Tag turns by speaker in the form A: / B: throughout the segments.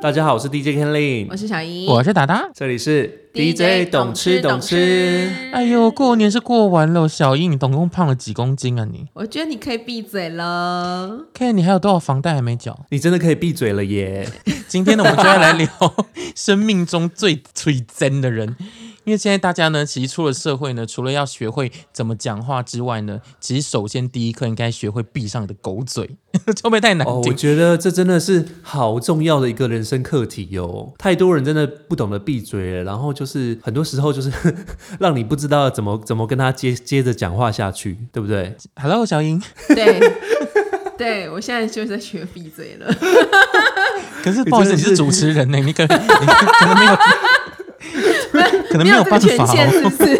A: 大家好，我是 DJ Kenlin，
B: 我是小英，
C: 我是达达。
A: 这里是 DJ 懂吃懂吃。
C: 哎呦，过年是过完了，小英，你总共胖了几公斤啊你？
B: 我觉得你可以闭嘴了。
C: 看你还有多少房贷还没缴？
A: 你真的可以闭嘴了耶！
C: 今天呢，我们就要来聊生命中最最真的人，因为现在大家呢，其实出了社会呢，除了要学会怎么讲话之外呢，其实首先第一课应该学会闭上你的狗嘴， 会不会太难
A: 哦，我
C: 听？
A: 觉得这真的是好重要的一个人生课题哟、太多人真的不懂得闭嘴了，然后就是很多时候就是 让你不知道怎么怎么跟他接接着讲话下去，对不对？
C: Hello，小英，
B: 对， 对我现在就在学闭嘴了。
C: 可是不好意思，
A: 你真的
C: 你
A: 是
C: 是主持人呢，你可你可能没有，可能没有
B: 这个
C: 办
B: 权
C: 法、
B: 限
C: 哦。
B: 是不是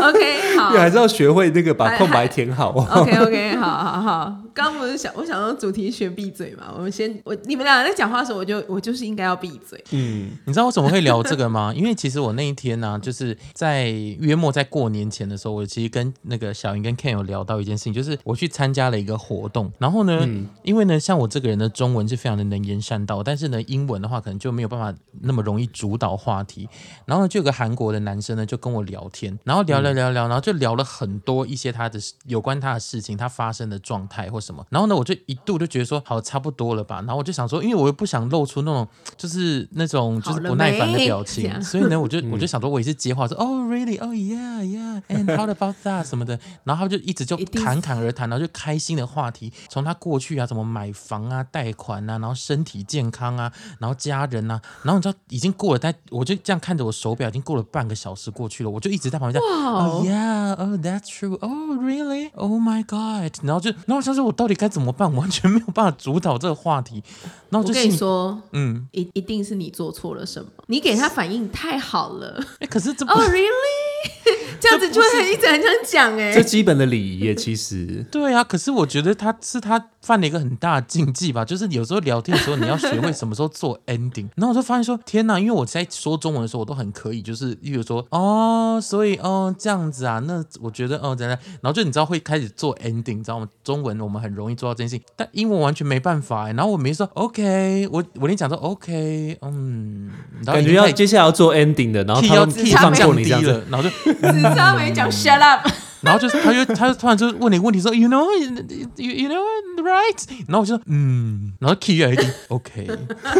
B: ？OK，好哎
A: 你。还是要学会那个把空白填好哦。
B: OK OK，好好好，刚刚不是想我想说主题学闭嘴嘛，我们先我你们俩在讲话的时候，我就我就是应该要闭嘴，
C: 哦
A: 嗯，
C: 你知道为什么会聊这个吗？因为其实我那一天呢、就是在约莫在过年前的时候，我其实跟那个小云跟 Ken 有聊到一件事情，就是我去参加了一个活动，然后呢，因为呢，像我这个人的中文是非常的能言善道，但是呢，英文的话可能就没有办法那么容易主导话题。然后呢，就有个韩国的男生呢，就跟我聊天，然后聊聊聊聊，然后就聊了很多一些他的有关他的事情，他发生的状态或什么。然后呢，我就一度就觉得说，好，差不多了吧。然后我就想说，因为我又不想露出那种就是那种就是不耐烦的表
B: 好了
C: 情，
B: 没
C: 所以呢，我就我就想说，我也是接话说，哦，really，哦，yeah，yeah，and how about that 什 么的。然后他们就一直就
B: 一定
C: 侃侃而谈，然后就开心的话题，从他过去啊，怎么买房啊、贷款啊，然后身体健康啊，然后家人啊，然后你知道已经过了，但我就这样看着我手表，已经过了半个小时过去了，我就一直在旁边这样。
B: 哇
C: 哦、yeah，oh，that's true，oh really，oh oh my god，然后就，然后我想说，我到底该怎么办？ 完全没有办法主导这个话题，然后
B: 我
C: 就
B: 跟
C: 心
B: 你
C: 里，
B: 说，
C: 嗯，
B: 一一定是你做错了什么，你给他反应太好了。
C: 哎，可是这不
B: 哦、r e a l l y 这样子就会很一直很想讲哎、
A: 这基本的礼仪耶，其实。
C: 对啊，可是我觉得他是他犯了一个很大的禁忌吧， 就是有时候聊天的时候，你要学会什么时候做 ending。然后我就发现说，天哪，因为我在说中文的时候，我都很可以，就是例如说，哦，所以哦这样子啊，那我觉得哦怎样，然后就你知道会开始做 ending，你知道吗？中文我们很容易做到这件事情，但英文完全没办法欸、然后我没说 OK，我我连讲说 OK，嗯， 然后
A: 感
C: 已
A: 觉
C: 经
A: 要
C: 在
A: 接下来要做 ending 的，然后
C: key
A: 他
C: 要
A: 都
C: key
A: 放
C: 要降
A: 过你
C: 低
A: 这样子，
C: 了，然后就
B: 只是他没讲 shut up，
C: 然后就是他就他就突然就问你问题说，you know you you know right，然后我就说嗯，然后 key 越来越低，OK，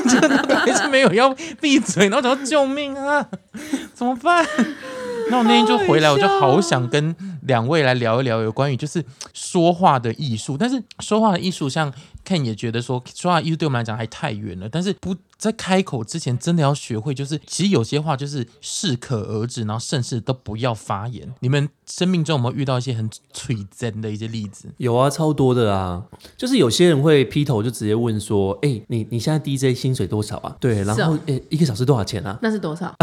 C: 真的还是没有要闭嘴，然后想说救命啊，怎么办？那我那天就回来，我就好想跟两位来聊一聊有关于就是说话的艺术，但是说话的艺术，像 Ken 也觉得说说话艺术对我们来讲还太远了，但是不在开口之前，真的要学会，就是其实有些话就是适可而止，然后甚至都不要发言。你们生命中有没有遇到一些很嘴真的一些例子？
A: 有啊，超多的啊。就是有些人会劈头就直接问说：“哎、你你现在 DJ 薪水多少啊？”对，然
B: 是
A: 后
B: 哦
A: 哎、诶一个小时多少钱啊？
B: 那是多少？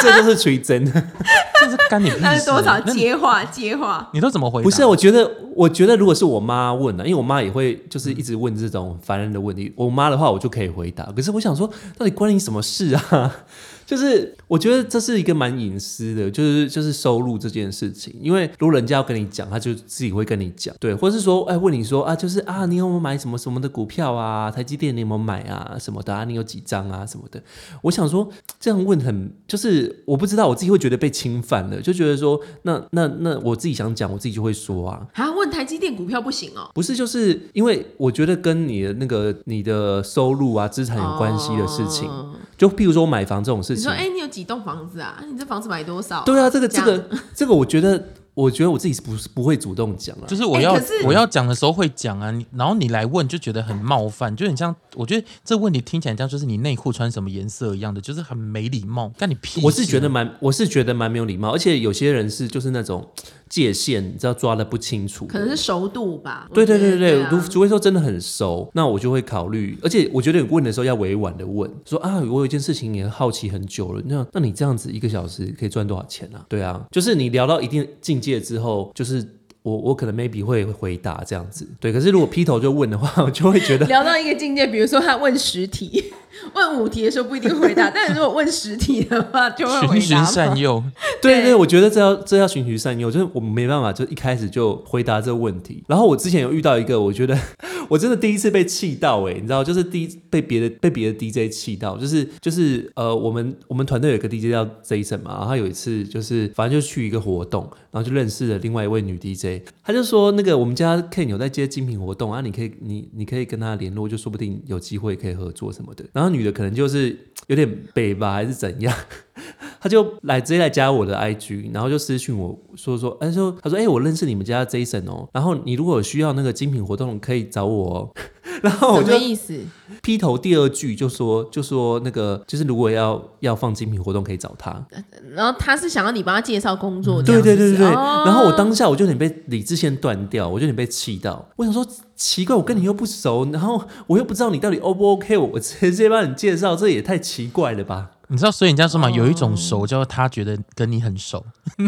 A: 这就是锤真。
C: 这是干你屁事？
B: 那是多少
C: 那你
B: 接话接话？
C: 你都怎么回答？
A: 不是，我觉得，我觉得如果是我妈问的、因为我妈也会就是一直问这种烦人的问题，我妈的话我就可以回答。可是我想说，到底关你什么事啊？ 就是我觉得这是一个蛮隐私的，就是就是收入这件事情，因为如果人家要跟你讲，他就自己会跟你讲，对，或是说，哎，问你说啊，就是啊，你有没有买什么什么的股票啊，台积电你有没有买啊，什么的啊，你有几张啊，什么的。我想说，这样问很就是我不知道，我自己会觉得被侵犯了，就觉得说，那那那我自己想讲，我自己就会说啊。
B: 啊，问台积电股票不行哦。
A: 不是，就是因为我觉得跟你的那个你的收入啊、资产有关系的事情，
B: 哦
A: 就譬如说买房这种事
B: 你
A: 情
B: 说，，哎、你有几栋房子啊？啊你这房子买多少、
A: 对啊，这个这
B: 样
A: 个这个，我觉得我觉得我自己是不是不会主动讲了啊
C: 就。是我要、
B: 哎可是
C: 我要讲的时候会讲啊，你然后你来问就觉得很冒犯，就很像我觉得这问题听起来像就是你内裤穿什么颜色一样的，就是很没礼貌。干你屁事啊！
A: 我是觉得蛮，我是觉得蛮没有礼貌，而且有些人是就是那种界限，你知道抓的不清楚的，
B: 可能是熟度吧。
A: 对对
B: 我觉
A: 对
B: 得
A: 对，
B: 啊
A: 除除非说真的很熟，那我就会考虑。而且我觉得你问的时候要委婉的问，说啊，我有一件事情也好奇很久了，那那你这样子一个小时可以赚多少钱啊？对啊，就是你聊到一定境界之后，就是。我我可能 maybe 会回答这样子，对。可是如果劈头就问的话，我就会觉得
B: 聊到一个境界，比如说他问十题， 问五题的时候不一定回 答，但是如果问十题的话，就会回
C: 循循
B: 答
C: 善
B: 嘛。
C: 诱，
A: 对
B: 对
A: 对，我觉得这要这要循循善诱，就是我们没办法，就一开始就回答这个问题。然后我之前有遇到一个，我觉得 我真的第一次被气到哎、你知道，就是第一被别的被别的 DJ 气到，就是就是呃，我们我们团队有一个 DJ 叫 Jason 嘛，然后他有一次就是反正就去一个活动，然后就认识了另外一位女 DJ，他就说那个我们家 Ken 有在接精品活动啊，你可以你你可以跟他联络，就说不定有机会可以合作什么的。然后女的可能就是有点北吧，还是怎样。他就来直接来加我的 IG，然后就私讯我说说，哎、说他说哎、我认识你们家 Jason 哦，然后你如果有需要那个精品活动可以找我、哦， 然后我
B: 什
A: 就
B: 么意思？
A: 劈头第二句就说就说那个就是如果要要放精品活动可以找他，
B: 然后他是想要你帮他介绍工作这
A: 对
B: 样子，
A: 对对对对，
B: 哦
A: 然后我当下我就有点被理智线断掉，我就有点被气到，我想说奇怪，我跟你又不熟，然后我又不知道你到底 O 不 OK，我我直接帮你介绍，这也太奇怪了吧。
C: 你知道，所以人家说嘛，
B: 哦
C: 有一种熟叫他觉得跟你很熟，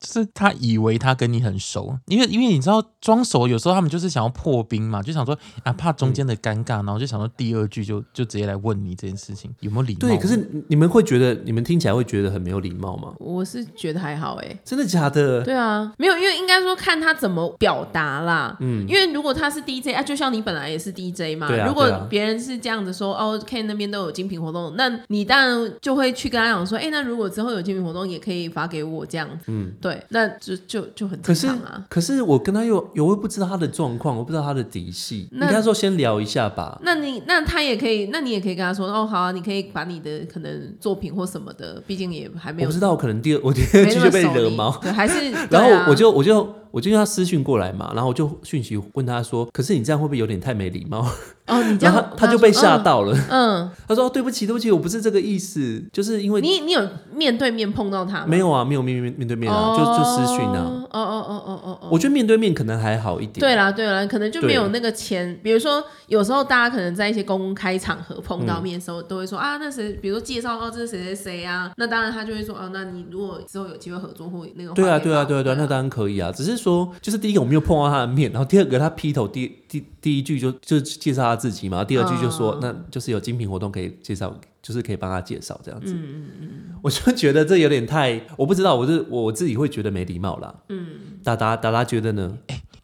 C: 就是他以为他跟你很熟，因为因为你知道装熟，有时候他们就是想要破冰嘛，就想说啊怕中间的尴尬，然后就想说第二句就就直接来问你这件事情有没有礼貌。
A: 对，可是你你们会觉得，你们听起来会觉得很没有礼貌吗？
B: 我是觉得还好哎、
A: 真的假的？
B: 对啊，没有，因为应该说看他怎么表达啦。嗯，因为如果他是 DJ 啊，就像你本来也是 DJ 嘛，
A: 对啊
B: 如果
A: 对啊
B: 别人是这样子说，哦，K 那边都有精品活动，那你当然就会去跟他讲说，哎、那如果之后有精品活动，也可以发给我这样子。嗯，对，那就就就很
A: 可
B: 正
A: 是
B: 常啊。
A: 可是我跟他又又不知道他的状况，我不知道他的底细。你
B: 那
A: 跟他说先聊一下吧。
B: 那你那他也可以，那你也可以跟他说，哦，好啊，你可以把你的可能作品或什么的，毕竟也还没
A: 我
B: 有
A: 不知道，我可能第二 我第二
B: 没
A: 句
B: 那
A: 就
B: 么
A: 被
B: 熟
A: 惹
B: 你
A: 毛，
B: 对，还是
A: 然后
B: 对啊
A: 我就我就我就让他私讯过来嘛，然后我就讯息问他说：“可是你这样会不会有点太没礼貌
B: 哦，你？”这
A: 然
B: 样
A: 后他他就被吓。到了，
B: 嗯，
A: 他说哦：“对不起，对不起，我不是这个意思，就是因
B: 嗯
A: 为
B: 你你有面对面碰到他吗？
A: 没有啊，没有面面面对面啊，就就私讯啊。
B: 哦。哦哦哦哦哦哦，
A: 我觉得面对面可能还好一点。
B: 对啦对啦，可能就
A: 对
B: 没有那个钱。比如说，有时候大家可能在一些公开场合碰到面的时候，都会说啊，那谁，比如说介绍哦，这是谁谁谁啊。那当然他就会说哦，那你如果之后有机会合作或那个话
A: 对啊，
B: 给
A: 对啊，
B: 我
A: 对啊，对啊，那当然可以啊。只是说，就是第一个我没有碰到他的面，然后第二个他劈头第第第一句就就介绍他自己嘛，第二句就说、
B: 哦
A: 那就是有精品活动可以介绍，就是可以帮他介绍这样子。嗯嗯嗯，我就觉得这有点太，我不知道，我是我自己会觉得没礼貌啦。嗯，达达达达觉得呢？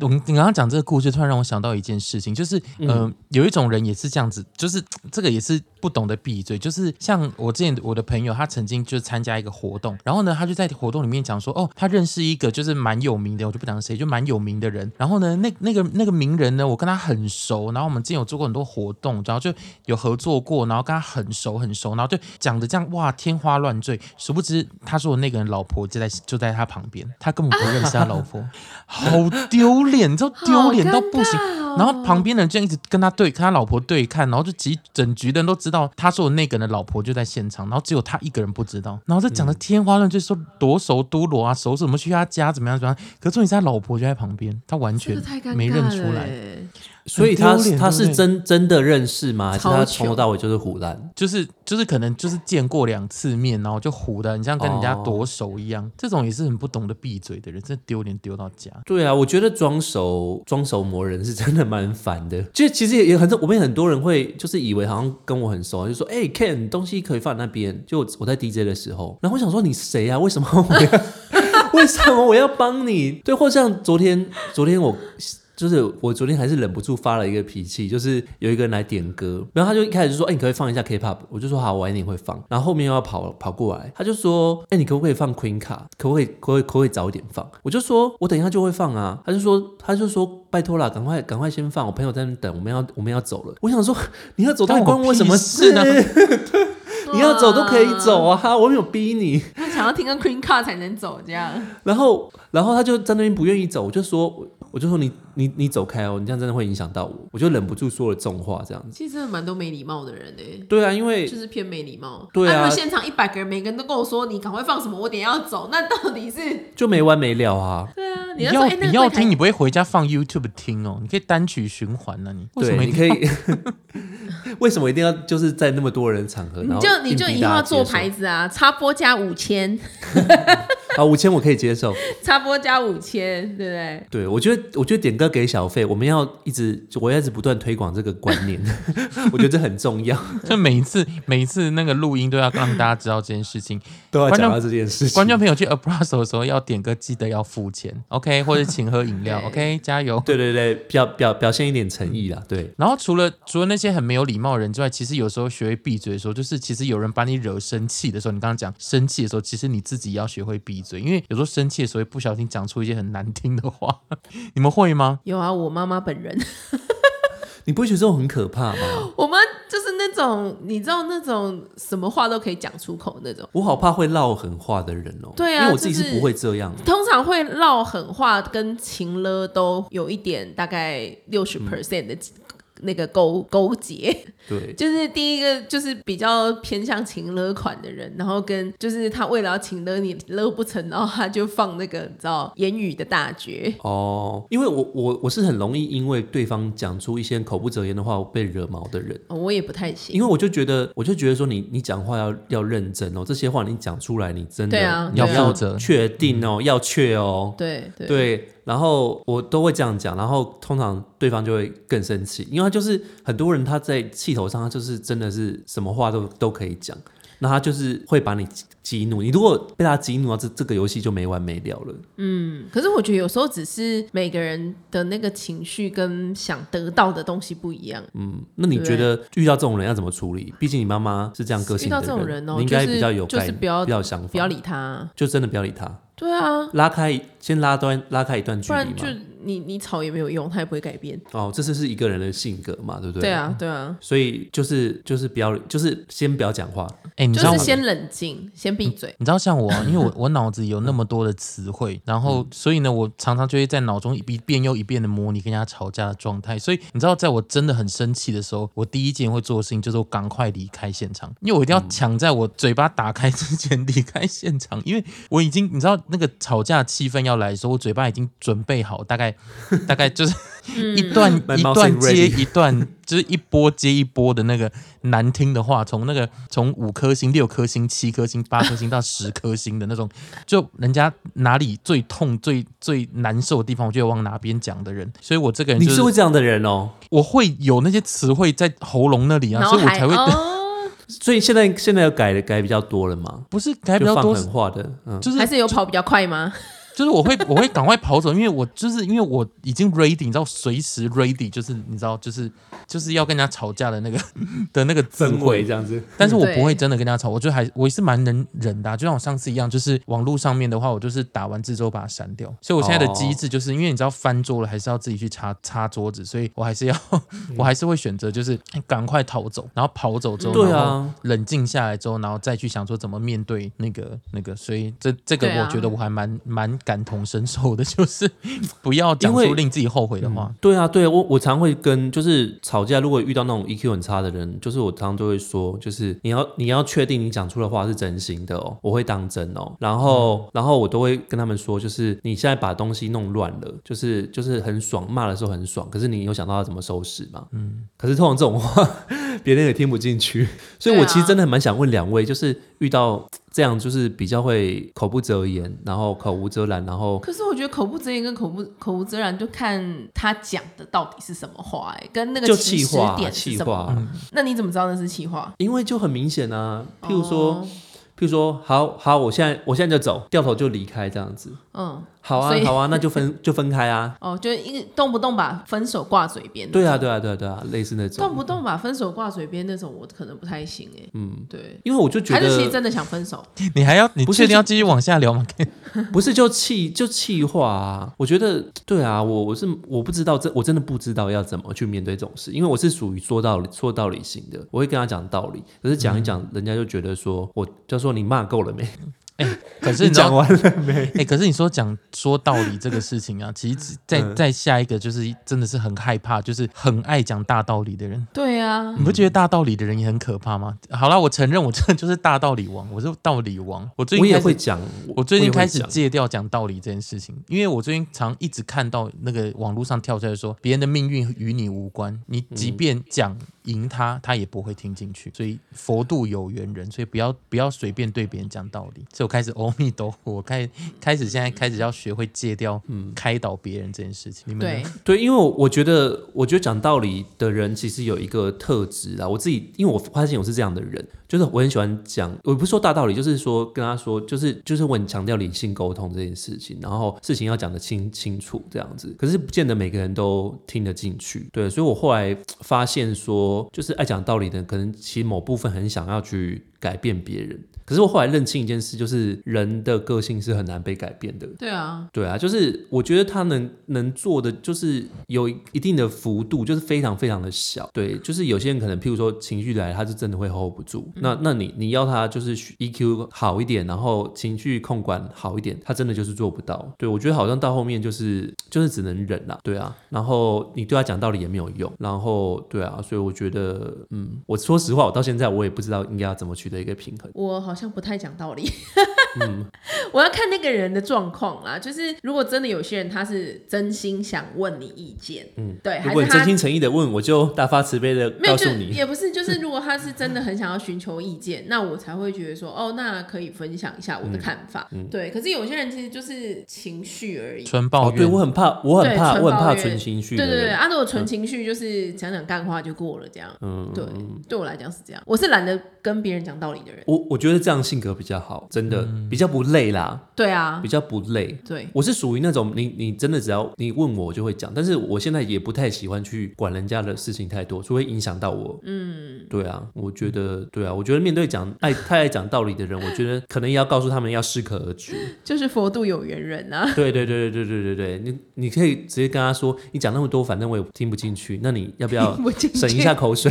C: 我你刚刚讲这个故事，突然让我想到一件事情，就是，嗯、有一种人也是这样子，就是这个也是不懂得闭嘴，就是像我之前我的朋友，他曾经就参加一个活动，然后呢，他就在活动里面讲说，哦，他认识一个就是蛮有名的，我就不讲谁，就蛮有名的人，然后呢，那那个那个名人呢，我跟他很熟，然后我们之前有做过很多活动，然后就有合作过，然后跟他很熟很熟，然后就讲的这样哇天花乱坠，殊不知他说的那个人老婆就在就在他旁边，他根本不认识他老婆。好丢脸，你知道丢脸到不行。
B: 好尴尬哦
C: 然后旁边的人就一直跟他对，跟他老婆对看，然后就集整局的人都知道他说的那个人的老婆就在现场，然后只有他一个人不知道，然后就
B: 嗯
C: 讲的天花乱坠，说多熟都罗啊，熟什么去他家怎么样怎么样，可是重点是他老婆就在旁边，他完
B: 这
C: 全
B: 个太尴尬了
C: 没认出来，
B: 欸
A: 所以他
C: 丢脸
A: 他
C: 对
A: 是
C: 不对
A: 真真的认识吗？还是
B: 超
A: 他
B: 糗
A: 从头到尾就是胡乱？
C: 就是就是可能就是见过两次面，然后就糊的，你像跟人家多熟一样，这种也是很不懂得闭嘴的人，真的丢脸丢到家。
A: 对啊，我觉得装熟装熟磨人是真的蛮烦的。就其实也也很，我们很多人会就是以为好像跟我很熟，就说哎、Ken 东西可以放在那边。就我我在 DJ 的时候，然后我想说你谁啊？为什么我要 为什么我要帮你？对，或像昨天昨天我。就是我昨天还是忍不住发了一个脾气，就是有一个人来点歌，然后他就一开始就说：“哎、你可不可以放一下 K-pop？” 我就说：“好，晚一点会放。”然后后面又要跑跑过来，他就说：“哎、你可不可以放 Queen 卡？可不可以可不可以可不可以早一点放？”我就说：“我等一下就会放啊。”他就说：“他就说拜托啦，赶快赶快先放，我朋友在那边等，我们要我们要走了。”我想说：“你要走，到底关我什么事啊 呢
C: 关？
A: 你要走都可以走啊，我没有逼你。”
B: 他想要听个 Queen Card 才能走这样。
A: 然后，然后他就在那边不愿意走，我就说，我就说你你你走开哦，你这样真的会影响到我，我就忍不住说了重话这样子。
B: 其实真的蛮多没礼貌的人哎。
A: 对啊，因为
B: 就是偏没礼貌。
A: 对啊
B: 如果现场一百个人，每个人都跟我说你赶快放什么，我等一下要走，那到底是？
A: 就没完没了啊。
B: 对啊，
C: 你
B: 要说
C: 要
B: 哎、那
C: 你
B: 个
C: 要
B: 柜台
C: 听，你不会回家放 YouTube 听哦，你可以单曲循环呢、你为什
A: 对，
C: 么一
A: 你
C: 定
A: 可以， 为什么一定要就是在那么多人的场合？
B: 你
A: 然后
B: 就你就
A: 硬逼
B: 以后
A: 大家
B: 要
A: 接
B: 做
A: 受
B: 牌子啊，插播加五千，
A: 好，五千我可以接受。
B: 差不多加五千，对不对？
A: 对，我觉得，我觉得点歌给小费，我们要一直，我要一直不断推广这个观 念，我觉得这很重要。
C: 就每一次每一次那个录音都要让大家知道这件事情。
A: 都要
C: 观众
A: 讲到这件事情。
C: 观众朋友去 Abrazo 的时候要点歌，记得要付钱，OK，或者请喝饮料
B: 对
C: ，OK，加油。
A: 对对对，表表表现一点诚意啦。对，
C: 然后除了除了那些很没有礼貌的人之外，其实有时候学会闭嘴的时候，就是其实有人把你惹生气的时候，你刚刚讲生气的时候，其实你自己也要学会闭嘴，因为有时候生气的时候会不小心讲出一些很难听的话。 你们会吗？
B: 有啊，我妈妈本人，
A: 你不会觉得这种很可怕吗？
B: 我妈就是那种你知道那种什么话都可以讲出口那种。
A: 我好怕会唠狠话的人哦、
B: 对啊
A: 因为我自己
B: 就是是
A: 不会这样。
B: 通常会唠狠话跟情了都有一点大概六十 percent 的那个勾勾结，
A: 对，
B: 就是第一个就是比较偏向情勒款的人，然后跟就是他为了要情勒你勒不成，然后他就放那个你知道言语的大绝，
A: 哦，因为我我我是很容易因为对方讲出一些口不择言的话我被惹毛的人。
B: 哦、我也不太行。
A: 因为我就觉得，我就觉得说你你讲话要要认真哦，这些话你讲出来，你真的
B: 对啊
A: 你要
B: 对啊
A: 负责确定哦，要确哦，
B: 对对
A: 对，然后我都会这样讲，然后通常对方就会更生气，因为他就是很多人他在气头上，他就是真的是什么话都都可以讲，那他就是会把你激激怒。你如果被他激怒啊，这这个游戏就没完没了了。
B: 嗯可是我觉得有时候只是每个人的那个情绪跟想得到的东西不一样。
A: 嗯，那你觉得遇到这种人要怎么处理？毕竟你妈妈是这样个性
B: 遇
A: 的
B: 到
A: 人，
B: 这种人哦，
A: 你应该比较有
B: 就
A: 概
B: 是、就是
A: 念，
B: 不要
A: 比较有想法，
B: 不要理他。
A: 就真的不要理他，
B: 对啊，
A: 拉开先拉端拉开一段距
B: 不然
A: 离
B: 就
A: 嘛。
B: 你你吵也没有用，他也不会改变。
A: 哦，这就是一个人的性格嘛，对不对？
B: 对。啊，对啊，
A: 所以就是就是不要就是先不要讲话，
C: 哎，你知道
B: 就
C: 我
B: 是先冷静，先闭
A: 嗯
B: 嘴。
C: 你知道像我啊，因为我我脑子有那么多的词汇，然后所以呢，我常常就会在脑中一遍又一遍的模拟跟人家吵架的状态。所以你知道，在我真的很生气的时候，我第一件会做的事情就是我赶快离开现场，因为我一定要抢在我嘴巴打开之前离开现场，因为我已经你知道那个吵架气氛要来的时候，我嘴巴已经准备好，大概大概就是一 段
A: 嗯
C: 一
A: My mouth is
C: 段接
A: ready
C: 一段，就是一波接一波的那个难听的话，从那个从五颗星、六颗星、七颗星、八颗星到十颗星的那种，就人家哪里最痛、最最难受的地方，我就要往哪边讲的人。所以我这个人
A: 你
C: 就是
A: 会这样的人哦。
C: 我会有那些词汇在喉咙那里啊，
B: 然后
C: 所以我
B: 还
C: 才 会、
B: 哦，
A: 所以现在现在要改的改比较多了嘛，
C: 不是改比
A: 就
C: 较
A: 放
C: 多，
A: 狠话的，嗯，
C: 就是
B: 还是有跑比较快吗？
C: 就是我会我会赶快跑走，因为我就是因为我已经 ready，你知道，随时 ready，就是你知道，就是就是要跟人家吵架的那个的那个词
A: 增
C: 汇
A: 回。这样子。
C: 但是我
B: 对
C: 不会真的跟他吵，我就还我是蛮能忍的啊、就像我上次一样，就是网络上面的话，我就是打完字之后把它删掉。所以我现在的机制就是、因为你知道翻桌了，还是要自己去擦 擦桌子，所以我还是要 我还是会选择就是赶快逃走，然后跑走之后，
A: 对啊
C: 然后冷静下来之后，然后再去想说怎么面对那个那个。所以这这个
B: 对啊
C: 我觉得我还蛮蛮感同身受的，就是不要讲
A: 因
C: 出
A: 为
C: 令自己后悔的话。
A: 对啊，对啊，我我常会跟就是吵架，如果遇到那种 EQ 很差的人，就是我常常都会说，就是你要你要确定你讲出的话是真心的哦，我会当真哦。然后、然后我都会跟他们说，就是你现在把东西弄乱了，就是就是很爽，骂的时候很爽，可是你有想到要怎么收拾吗？嗯，可是通常这种话 别人也听不进去，所以我
B: 对啊
A: 其实真的很蛮想问两位，就是遇到。这样就是比较会口不择言，然后口无遮拦，然后
B: 可是我觉得口不择言跟口不口无遮拦，就看他讲的到底是什么话、哎，跟那个
A: 就气
B: 起始
A: 话、
B: 点是
A: 气
B: 什
A: 话
B: 么。，那你怎么知道那是气话？
A: 因为就很明显啊，譬如说，
B: 哦
A: 譬如说，好好，我现在我现在就走，掉头就离开这样子。
B: 嗯，
A: 好啊
B: 所，以
A: 好啊，那就分就分开啊。
B: 哦，就一个动不动把分手挂嘴边，
A: 对啊，，对啊，对啊，对啊，类似那
B: 动
A: 种。
B: 不动把分手挂嘴边那种，我可能不太行哎、嗯，对，
A: 因为我就觉
B: 还是其实
A: 得
B: 真的想分手，
C: 你还要你
A: 不是
C: 确定要继续往下聊吗？
A: 不是就气就气话啊，我觉得对啊，我我是我不知道这我真的不知道要怎么去面对这种事，因为我是属于说道理说道理型的，我会跟他讲道理，可是讲一讲，人家就觉得说我就说你骂够了没？
C: 可是
A: 你
C: 你知道
A: 讲完了
C: 哎、可是你说讲说道理这个事情啊， 其实在
A: 嗯
C: 在下一个就是真的是很害怕，就是很爱讲大道理的人。
B: 对啊，
A: 嗯
C: 你不觉得大道理的人也很可怕吗？好啦，我承认我真的就是大道理王，我是道理王。我最
A: 我
C: 近
A: 也
C: 开始
A: 会讲，
C: 我最
A: 也
C: 近
A: 会
C: 开始
A: 讲
C: 戒掉讲道理这件事情，因为我最近常一直看到那个网络上跳出来说，别人的命运与你无关，你
A: 嗯
C: 即便讲赢他，他也不会听进去。所以佛度有缘人，所以不要不要随便对别人讲道理。所以我开始哦，蜜豆腐，我开开始现在开始要学会戒掉
A: 嗯
C: 开导别人这件事情。你们呢
B: 对，
A: 对，因为我我觉得，我觉得讲道理的人其实有一个特质啦。我自己，因为我发现我是这样的人，就是我很喜欢讲，我不是说大道理，就是说跟他说，就是就是我很强调理性沟通这件事情，然后事情要讲得清清楚这样子。可是不见得每个人都听得进去，对，所以我后来发现说，就是爱讲道理的人，可能其实某部分很想要去改变别人。可是我后来认清一件事，就是人的个性是很难被改变的。
B: 对啊，
A: 对啊，就是我觉得他能能做的就是有一定的幅度，就是非常非常的小。对，就是有些人可能，譬如说情绪来，他就真的会 hold 不住。
B: 嗯
A: 那那你你要他就是 EQ 好一点，然后情绪控管好一点，他真的就是做不到。对我觉得好像到后面就是就是只能忍啦、对啊。然后你对他讲道理也没有用，然后对啊，所以我觉得，嗯，我说实话，我到现在我也不知道应该要怎么取得一个平衡。
B: 我好像不太讲道理，
A: 嗯
B: 我要看那个人的状况啦。就是如果真的有些人他是真心想问你意见，嗯，对，
A: 如
B: 还
A: 果
B: 是
A: 你真
B: 他
A: 心诚意的问，我就大发慈悲的
B: 没有
A: 告
B: 就
A: 诉你。
B: 也不是，就是如果他是真的很想要寻求意见，那我才会觉得说，哦，那可以分享一下
A: 嗯
B: 我的看法。对，可是有些人其实就是情绪而已。
C: 纯抱
A: 哦，对
C: 怨，
A: 我很怕，我很
B: 对
A: 怕，
B: 纯
A: 我很
B: 抱
A: 怕
B: 怨
A: 存情绪的
B: 对对对，
A: 人。
B: 啊，如果纯情绪就是讲讲干话就过了，这样。
A: 嗯，
B: 对，对我来讲是这样。我是懒得跟别人讲道理的人。
A: 我我觉得这样性格比较好，真的、
C: 嗯
A: 比较不累啦，
B: 对啊
A: 比，较不累。
B: 对，
A: 我是属于那种你你真的只要你问我我就会讲，但是我现在也不太喜欢去管人家的事情太多，除非影响到我。嗯，对啊，我觉得对啊，我觉得面对讲爱太爱讲道理的人，我觉得可能也要告诉他们要适可而止。
B: 就是佛度有缘人 啊。
A: 对对对对对对对对，你你可以直接跟他说，你讲那么多，反正我也听不进去，那你要不要
B: 不进去
A: 啊省一下口 水？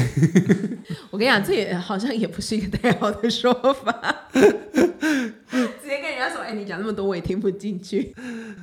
B: 我跟你讲，这也好像也不是一个太好的说法。直接跟人家说，哎、你讲那么多我也听不进去。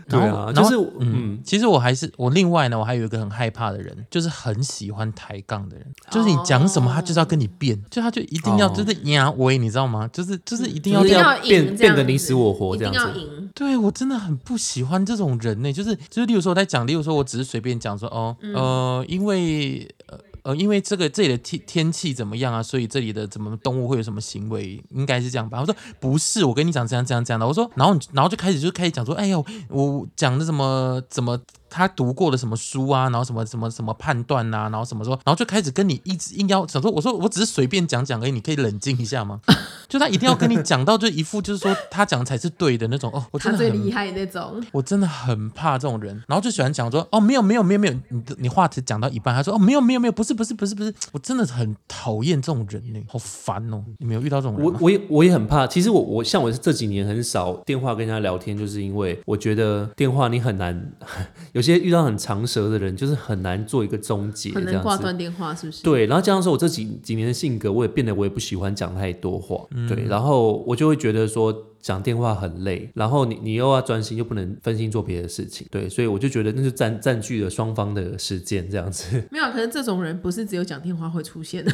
A: 对
C: 然
A: 啊
C: 后，
A: 就是
C: 然后
A: 嗯
C: 其实我还是我另外呢，我还有一个很害怕的人，就是很喜欢抬杠的人，就是你讲什么他就是要跟你辩，就他就一定要
A: 哦
C: 就是压威，你知道吗？就是就是一定要
A: 就
B: 一
A: 是
B: 定
A: 要
B: 要赢，
A: 变
B: 这
A: 变
B: 样
A: 得
B: 子
A: 你死我活这样
B: 一
A: 子
B: 定要赢。
C: 对我真的很不喜欢这种人呢、就是就是，例如说我在讲，例如说我只是随便讲说，哦，呃，因为呃呃，因为这个这里的天天气怎么样啊，所以这里的怎么动物会有什么行为，应该是这样吧？我说不是，我跟你讲怎样怎样怎样的，我说，然后你然后就开始就开始讲说，哎呦，我讲的什么怎么。他读过的什么书啊，然后什么什么什么判断呐、然后什么说，然后就开始跟你一直硬要想说，我说我只是随便讲讲而已，你可以冷静一下吗？ 就他一定要跟你讲到就一副就是说他讲的才是对的那种哦，我真
B: 他
C: 的很
B: 最厉害那种，
C: 我真的很怕这种人，然后就喜欢讲说哦，没有没有没有没有，你的你话只讲到一半，他说哦没有没有没有，不是不是不是不是，我真的很讨厌这种人呢，好烦哦！你没有遇到这种人
A: 我
C: 吗？
A: 我也我也很怕，其实我我像我这几年很少电话跟人家聊天，就是因为我觉得电话你很难， 有些遇到很长舌的人，就是很难做一个终结
B: 很
A: 这
B: 能挂
A: 样子。
B: 断电话，是不是？
A: 对，然后加上说，我这几几年的性格，我也变得我也不喜欢讲太多话，
B: 嗯
A: 对，然后我就会觉得说讲电话很累，然后你你又要专心，又不能分心做别的事情，对，所以我就觉得那就占占据了双方的时间这样子。
B: 没有，啊可能这种人不是只有讲电话会出现的。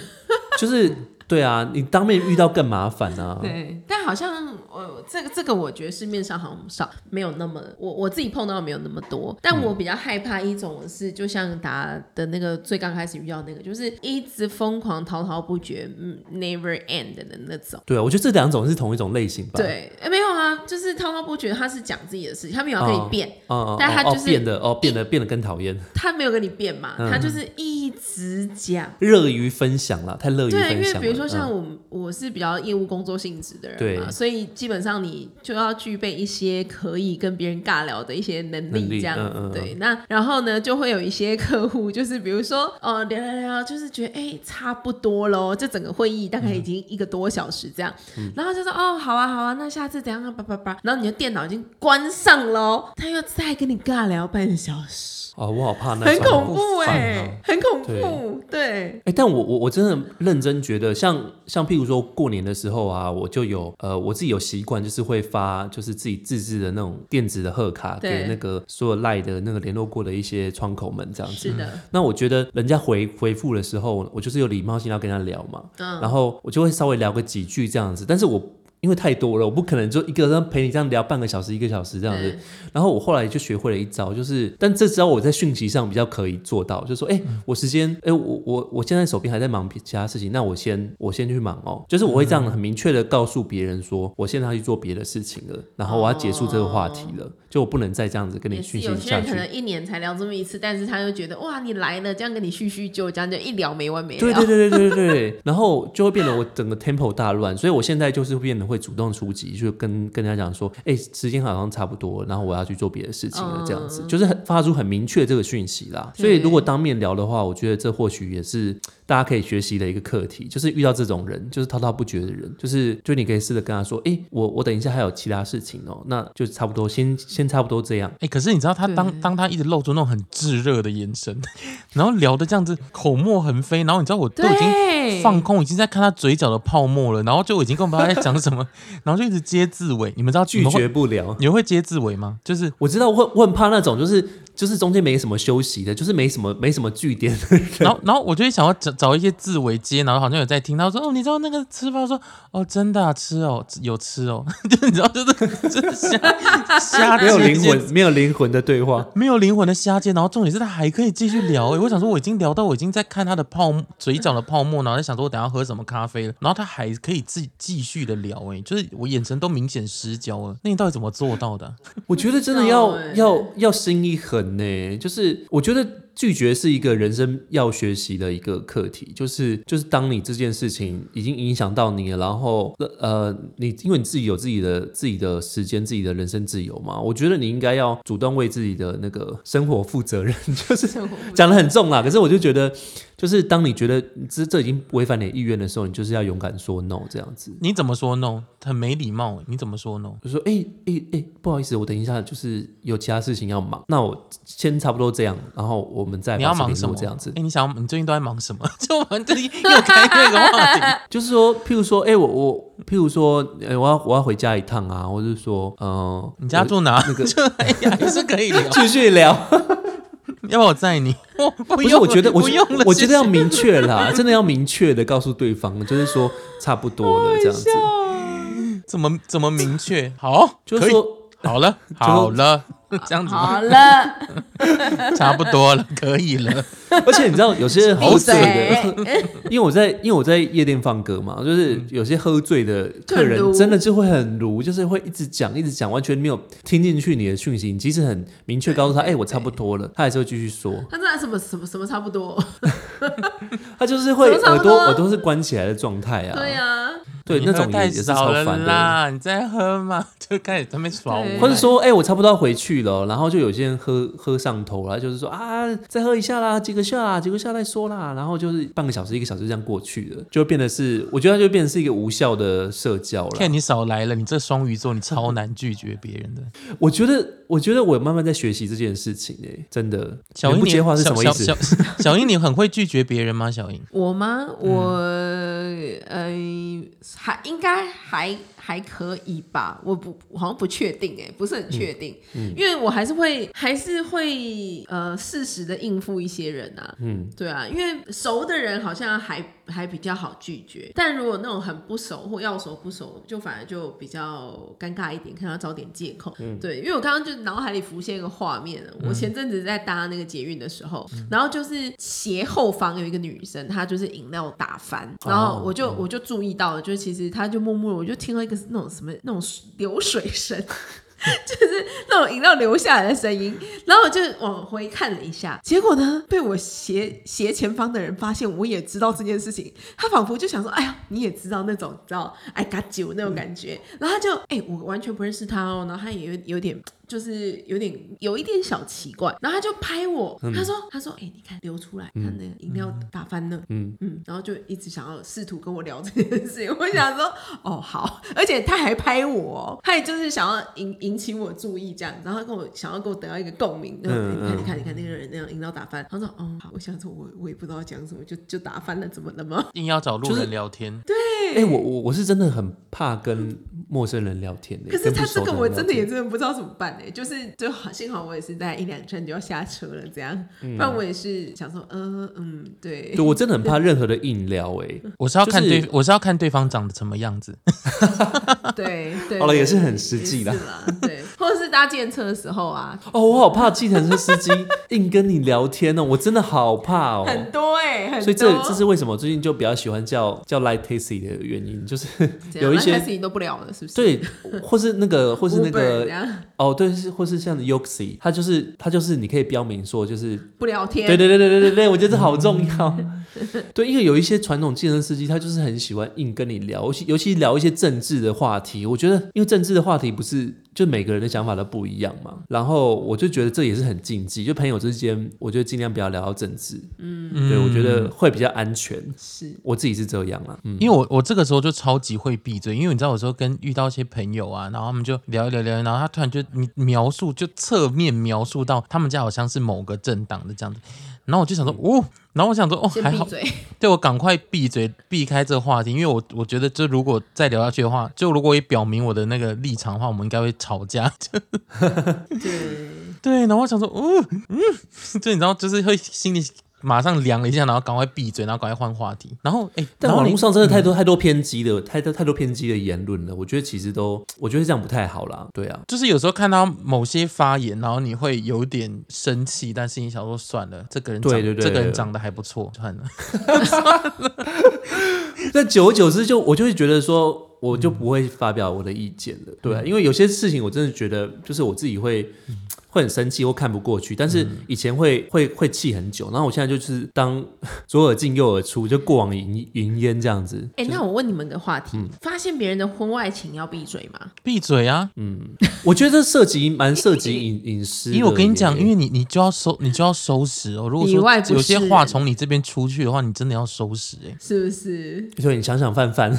A: 就是对啊，你当面遇到更麻烦啊。
B: 对，但好像我这个这个，我觉得市面上好像少没有那么，我我自己碰到没有那么多。但我比较害怕一种是，就像达的那个最刚开始遇到那个，就是一直疯狂滔滔不绝、嗯 never end 的那种。
A: 对啊，我觉得这两种是同一种类型吧。，
B: 对，哎，没有啊，就是滔滔不绝，他是讲自己的事情，他没有要跟你
A: 哦
B: 辩，
A: 哦，
B: 但他
A: 哦
B: 就是
A: 变得哦，变得变得更讨厌，
B: 他没有跟你辩嘛，
A: 嗯
B: 他就是一直讲。
A: 乐于分享啦，太乐于
B: 对，
A: 分
B: 因
A: 享了。
B: 为比如说像
A: 嗯
B: 我们，我是比较业务工作性质的人嘛，
A: 对
B: 所以基本上你就要具备一些可以跟别人尬聊的一些能
A: 能力
B: 力，这样子。
A: 嗯嗯嗯
B: 对，那然后呢，就会有一些客户， 就是比如说，哦，聊聊聊，就是觉得哎、差不多喽，这整个会议大概已经一个多小时这样，
A: 嗯
B: 然后就说哦，好啊，好啊，那下次怎样啊，叭叭叭，然后你的电脑已经关上喽，他又再跟你尬聊半小时，
A: 哦，我好怕那
B: 很
A: 种
B: 恐怖哎、
A: 烦
B: 很恐怖，对
A: 哎、但我我我真的认真觉得像，像譬如说过年的时候啊，我就有呃，我自己有习惯，就是会发就是自己自制的那种电子的贺卡
B: 对
A: 给那个所有赖的那个联络过的一些窗口们这样子。
B: 是的，
A: 那我觉得人家回回复的时候，我就是有礼貌性要跟他聊嘛，
B: 嗯
A: 然后我就会稍微聊个几句这样子，但是我。因为太多了，我不可能就一个人陪你这样聊半个小时、一个小时这样子。然后我后来就学会了一招，就是，但这招我在讯息上比较可以做到，就是说，哎、
B: 嗯
A: 我时间，哎、我我我现在手边还在忙其他事情，那我先我先去忙哦，就是我会这样很明确的告诉别人说，我现在要去做别的事情了，然后我要结束这个话题了，就我不能再这样子跟你
B: 嗯也是
A: 讯
B: 有
A: 息
B: 些
A: 下
B: 人可
A: 去。
B: 能一年才聊这么一次，但是他就觉得哇，你来了，这样跟你叙叙旧，这样就一聊没完没了。
A: 对对 对对对对， 对然后就会变得我整个 tempo 大乱，所以我现在就是变得会主动出击，就跟跟人家讲说，哎、时间好像差不多，然后我要去做别的事情了，这样子，就是很发出很明确这个讯息啦。
B: 对
A: 所以如果当面聊的话，我觉得这或许也是大家可以学习的一个课题，就是遇到这种人，就是滔滔不绝的人，就是就你可以试着跟他说，哎、我我等一下还有其他事情哦，那就差不多，先先差不多这样。
C: 哎、可是你知道他当
B: 对
C: 当他一直露出那种很炙热的眼神， 然后聊的这样子口沫横飞，然后你知道我都已经
B: 对，
C: 放空，已经在看他嘴角的泡沫了，然后就已经根本不知道在讲什么， 然后就一直接字尾。你们知道
A: 拒？
C: 你们
A: 绝
C: 会
A: 不了，
C: 你们会接字尾吗？就是
A: 我知道，我很我很怕那种，就是就是中间没什么休息的，就是没什么没什么据点的人。
C: 然后，然后我就会想要找找一些字尾接，然后好像有在听，他说哦，你知道那个吃饭，我说哦，真的、啊、吃哦，有吃哦， 就是你知道，就是 就是瞎瞎
A: 没有
C: 接
A: 灵魂，，没有灵魂的对话。
C: 没有灵魂的瞎接，然后重点是他还可以继续聊、欸，我想说我已经聊到我已经在看他的泡沫嘴角的泡沫，然后在想说我等一下喝什么咖啡了，然后他还可以自己继续的聊、欸，就是我眼神都明显失焦了，那你到底怎么做到的啊、
A: 我觉得真的
B: 不
A: 要
B: 知道欸
A: 要要心一狠呢，就是我觉得拒绝是一个人生要学习的一个课题，就是就是当你这件事情已经影响到你了，然后呃，你因为你自己有自己的自己的时间、自己的人生自由嘛，我觉得你应该要主动为自己的那个生活负责任， 就是讲的很重啦，可是我就觉得，就是当你觉得这这已经违反你的意愿的时候，你就是要勇敢说 no 这样子。
C: 你怎么说 no？很没礼貌、欸，你怎么说 no？
A: 我说，哎哎哎，不好意思，我等一下就是有其他事情要忙，那我先差不多这样，然后我们再
C: 你要
A: 保持
C: 忙
A: 联
C: 什
A: 络
C: 么？
A: 这样子
C: 哎、。你想要你最近都在忙什么？ 就我们这里又开那个话题。
A: 就是说，譬如说，哎、我我，譬如说，哎、我要我要回家一趟啊，或者是说，嗯、呃，
C: 你家住哪？
A: 那个。
C: 就哎呀还是可以 聊
A: 继续聊。
C: 要不要我载你？ 我不
A: 不是，
C: 用
A: 我觉得，
C: 了
A: 我
C: 不
A: 觉
C: 用了。
A: 我觉得要
C: 谢谢
A: 明确啦，真的要明确的告诉对方，就是说差不多了这样子，
C: 怎么怎么明确？好，
A: 就是
C: 可
A: 说。
C: 以好了，好了，这样子
B: 好了，
C: 差不多了， 可以了。
A: 而且你知道，有些人好
B: 闭
A: 嘴的，
B: 嘴。
A: 因为我在因为我在夜店放歌嘛，就是有些喝醉的客
B: 就很
A: 人
B: 撸
A: 真的就会很鲁，就是会一直讲一直讲，完全没有听进去你的讯息。你即使很明确告诉他，哎、我差不多了，他还是会继续说。
B: 他这什么什么什么差不多？
A: 他就是会
B: 什么差
A: 耳
B: 不
A: 朵
B: 多
A: 耳朵是关起来的状态啊。
B: 对啊，
A: 对
C: 你
A: 那
C: 喝
A: 种也
C: 太
A: 也是
C: 少
A: 超
C: 了
A: 烦的。
C: 啦，你再喝嘛， 就开始在那边耍
B: 对
C: 我。
A: 或者说，哎、我差不多要回去了，然后就有些人喝喝上头了，就是说啊，再喝一下啦，几个下啦，几个下再说啦，然后就是半个小时、一个小时这样过去了，就变得是，我觉得它就变成是一个无效的社交了。
C: 看你少来了，你这双鱼座，你超难拒绝别人的。
A: 我觉得，我觉得我慢慢在学习这件事情诶、真的。
C: 小
A: 你
C: 英，
A: 不
C: 你
A: 接话是什么意
C: 小
A: 思？
C: 小 小小英，你很会拒绝别人吗？小英，
B: 我吗？我、呃，还应该还还可以吧。我不，我好像不确定哎、不是很确
A: 嗯
B: 定、因为我还是会还是会呃适时的应付一些人啊。
A: 嗯，
B: 对啊，因为熟的人好像还还比较好拒绝，但如果那种很不熟或要熟不熟，就反而就比较尴尬一点，看他找点借口。对，因为我刚刚就脑海里浮现一个画面，啊我前阵子在搭那个捷运的时候，然后就是斜后方有一个女生，她就是饮料打翻，然后我就、我就注意到了，就其实她就默默地，我就听到一个那种什么那种流水声。 那种饮料流下来的声音，然后我就往回看了一下，结果呢，被我斜斜前方的人发现，我也知道这件事情，他仿佛就想说，哎呀，你也知道那种，你知道，I got you 那种感觉，然后他就，哎、我完全不认识他哦，然后他也有有点。就是有点有一点小奇怪，然后他就拍我，他说他说哎、你看流出来，他的饮料打翻了，嗯嗯，然后就一直想要试图跟我聊这件事情， 我想说哦好，而且他还拍我哦，他也就是想要引引起我注意这样，然后他跟我想要跟我得到一个共鸣，然后
A: 嗯
B: 你看
A: 嗯
B: 你看你看那个人那样饮料打翻，他说哦好，我想说我我也不知道讲什么，就就打翻了，怎么了吗？
C: 硬要找路
A: 就是
C: 人聊天，
A: 哎、我我我是真的很怕跟陌生人聊天的、
B: 可是
A: 跟不
B: 他这
A: 熟
B: 个
A: 人
B: 我
A: 聊
B: 真的也
A: 天
B: 真的不知道怎么办呢、欸就是就好幸好我也是在一两圈就要下车了这样，
A: 嗯
B: 不然我也是想说呃嗯对
A: 对，我真的 很怕任何的硬聊哎、
C: 我是要看
A: 就是
C: 对，我是要看对方长得什么样子。
B: 对 对，
A: 好了
B: 对
A: 也是很实际
B: 也
A: 啦
B: 是啦，对，或者是搭建车的时候啊，
A: 哦，我好怕计程车司机硬跟你聊天哦，我真的好怕哦。
B: 很多哎，很多。
A: 所以这这是为什么我最近就比较喜欢叫叫 light taxi 的原因，就是
B: 怎样
A: 有一
B: 那
A: 些
B: 开始你都不聊了，是不是？
A: 对，或是那个或是那
B: Uber 这
A: 个
B: 样
A: 哦，对，是或是像 Yoxi，它就是它就是你可以标明说就是
B: 不聊天，
A: 对对对对对对对，我觉得这好重要。对，因为有一些传统健身司机，他就是很喜欢硬跟你聊，尤其尤其聊一些政治的话题。我觉得，因为政治的话题不是就每个人的想法都不一样嘛，然后我就觉得这也是很禁忌。就朋友之间，我觉得尽量不要聊到政治，
C: 嗯
A: 对我觉得会比较安全。
B: 是
A: 我自己是这样啦，嗯，
C: 因为我我这个时候就超级会闭嘴，因为你知道，有时候跟遇到一些朋友啊，然后他们就聊一聊聊一聊，然后他突然就你描述就侧面描述到他们家好像是某个政党的这样子，然后我就想说，哦，然后我想说，哦，
B: 先
C: 还
B: 闭
C: 好，
B: 嘴，
C: 对我赶快闭嘴，避开这个话题，因为我我觉得，就如果再聊下去的话，就如果也表明我的那个立场的话，我们应该会吵架。
B: 对，
C: 对，然后我想说，哦，嗯， 就你知道，就是会心里马上凉了一下，然后赶快闭嘴，然后赶快换话题，然后哎，
A: 但
C: 然后
A: 网
C: 你
A: 络上真的太多太多偏激的，太多太多偏激的言论了。我觉得其实都，我觉得这样不太好啦。对啊，
C: 就是有时候看到某些发言，然后你会有点生气，但是你想说算了，这个人长
A: 对对对
C: 这个人长得还不错，算了。
A: 那久而久之就，我就会觉得说，我就不会发表我的意见了，对啊、
C: 嗯
A: 因为有些事情我真的觉得，就是我自己会、会很生气或看不过去，但
C: 嗯
A: 是以前会会会气很久，然后我现在就是当 左耳进右耳出，就过往云云烟这样子。
B: 哎，那我问你们个话
A: 嗯
B: 题，发现别人的婚外情要闭嘴吗？
C: 闭嘴啊！
A: 嗯我觉得这涉及蛮涉及隐隐私的耶，
C: 因为我跟你讲，因为你你就要收，你就要收拾哦。如果
B: 里外
C: 说
B: 不
C: 有些
B: 是
C: 话
B: 人
C: 从你这边出去的话，你真的要收拾哎、
B: 是不是？
A: 对你想想范范。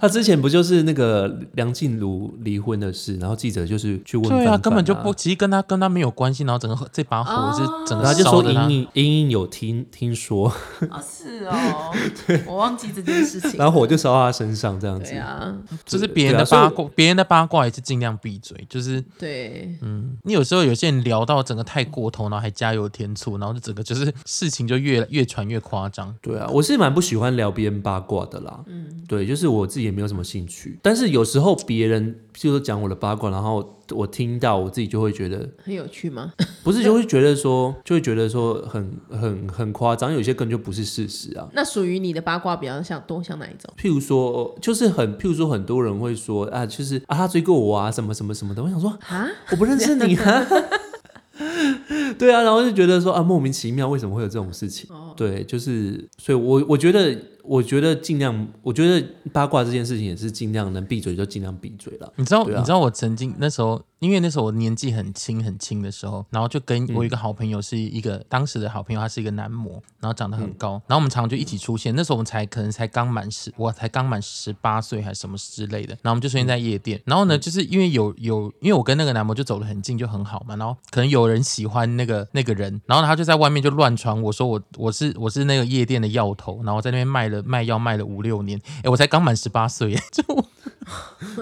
A: 他之前不就是那个梁静茹离婚的事，然后记者就是去问范
C: 对
A: 范
C: 啊，
A: 啊，
C: 根本就不，其实跟他跟他没有关系，然后整个这把火是
B: 哦
C: 整
A: 然后他
C: 个
A: 就
C: 烧
A: 说
C: 的他
A: 莹。莹莹莹有听听说，
B: 哦，是哦，我忘记这件事情
A: 然后火就烧到他身上这样子
B: 对。啊，
C: 就是别人
A: 对啊
C: 的
A: 所以
C: 八卦，别人的八卦也是尽量闭嘴。就是
B: 对，
C: 你有时候有些人聊到整个太过头，然后还加油添醋，然后就整个就是事情就越越传越夸张。
A: 对啊，我是蛮不喜欢聊别人八卦的啦。嗯，对，就是我自己也没有什么兴趣，但是有时候别人譬如说讲我的八卦，然后我听到，我自己就会觉得，
B: 很有趣吗？
A: 不是就会觉得说，就会觉得说很很很夸张，有些根本就不是事实啊。
B: 那属于你的八卦比较像多像哪一种？
A: 譬如说，就是很，譬如说，很多人会说啊，就是啊，他追过我啊，什么什么什么的。我想说，
B: 啊，
A: 我不 认识你啊。对啊，然后就觉得说啊，莫名其妙，为什么会有这种事情？
C: 哦
A: 对，就是，所以我我觉得，我觉得尽量，我觉得八卦这件事情也是尽量能闭嘴就尽量闭嘴 了。
C: 你知道，
A: 对啊
C: 你知道我曾经那时候，因为那时候我年纪很轻很轻的时候，然后就跟
A: 嗯
C: 我有一个好朋友是一个、当时的好朋友，他是一个男模，然后长得
A: 嗯
C: 很高，然后我们常常就一起出现。那时候我们才可能才刚满十，我才刚满十八岁还是什么之类的，然后我们就出
A: 嗯
C: 现在夜店。然后呢，就是因为有有，因为我跟那个男模就走得很近，就很好嘛，然后可能有人喜欢那个那个人，然后他就在外面就乱传我说我我是我是那个夜店的药头，然后在那边卖了卖药卖了五六年，哎，我才刚满十八岁，就我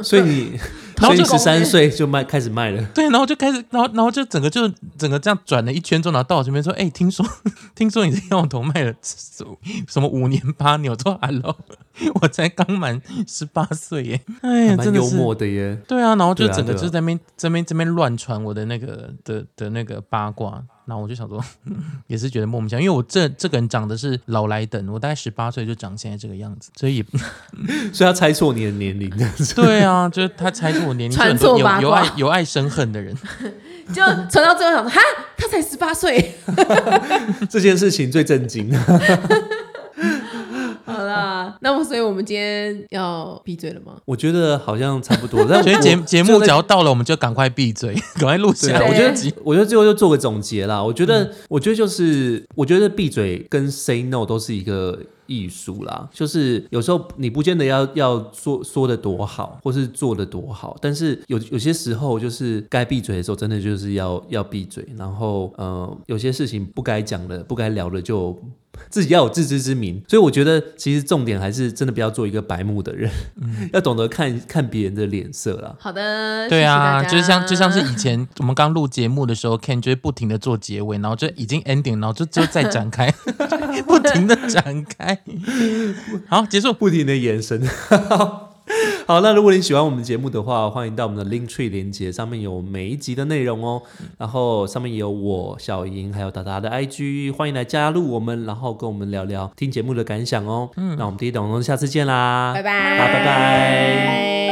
A: 所以你，
C: 然
A: 所
C: 后
A: 以
C: 就
A: 十三岁就卖开始卖了，
C: 对，然后就开始，然后然后就整个就整个这样转了一圈之后，然后到我这边说，哎、听说 听说你这药头卖了什么什么五年八年，我说 hello，我才刚满十八岁耶，哎呀，
A: 蛮
C: 真的
A: 幽
C: 是。
A: 默的耶。
C: 对啊，然后就
A: 对啊
C: 整个
A: 对啊
C: 就在那边、这边这边乱传我的那个的的那个八卦，然后我就想说， 也是觉得莫名其妙，因为我这这个人长得是老来等，我大概十八岁就长现在这个样子， 所以也
A: 所以他猜错你的年龄，这样子
C: 对啊，就是他猜出我年龄是很
B: 传错
C: 多有
B: 八
C: 有
B: 卦
C: 爱有爱生恨的人，
B: 就传到最后想说，哈，他才十八岁。
A: 这件事情最震惊。
B: 好啦，那么所以我们今天要闭嘴了吗？
A: 我觉得好像差不多，但
C: 所以
A: 我
C: 节节目
A: 就
C: 只
A: 在
C: 要到了，我们就赶快闭嘴， 赶快录
A: 对
C: 下
A: 啊，嗯
C: 来。
A: 我
B: 对
A: 觉得，我觉得最后就做个总结啦。我觉得，我觉得就是，我觉得闭嘴跟 say no 都是一个艺术啦。就是有时候你不见得要要做说的多好，或是做的多好，但是有有些时候就是该闭嘴的时候，真的就是要要闭嘴。然后，呃，有些事情不该讲的、不该聊的就。自己要有自知之明，所以我觉得其实重点还是真的不要做一个白目的人， 要懂得看看别人的脸色啦。
B: 好的，
C: 对啊，
B: 谢谢
C: 就
B: 大家
C: 像就像是以前我们刚录节目的时候，Ken 就会不停的做结尾，然后就已经 ending，然后就就再展开，不停的展开。好，结束。
A: 不停的延伸。 好，那如果你喜欢我们节目的话，欢迎到我们的 Link Tree 连接上面有每一集的内容哦，然后上面也有我小莹还有达达的 IG，欢迎来加入我们，然后跟我们聊聊听节目的感想哦。嗯，那我们第一档，我们下次见啦，
B: 拜拜，
A: 拜拜。
B: 拜。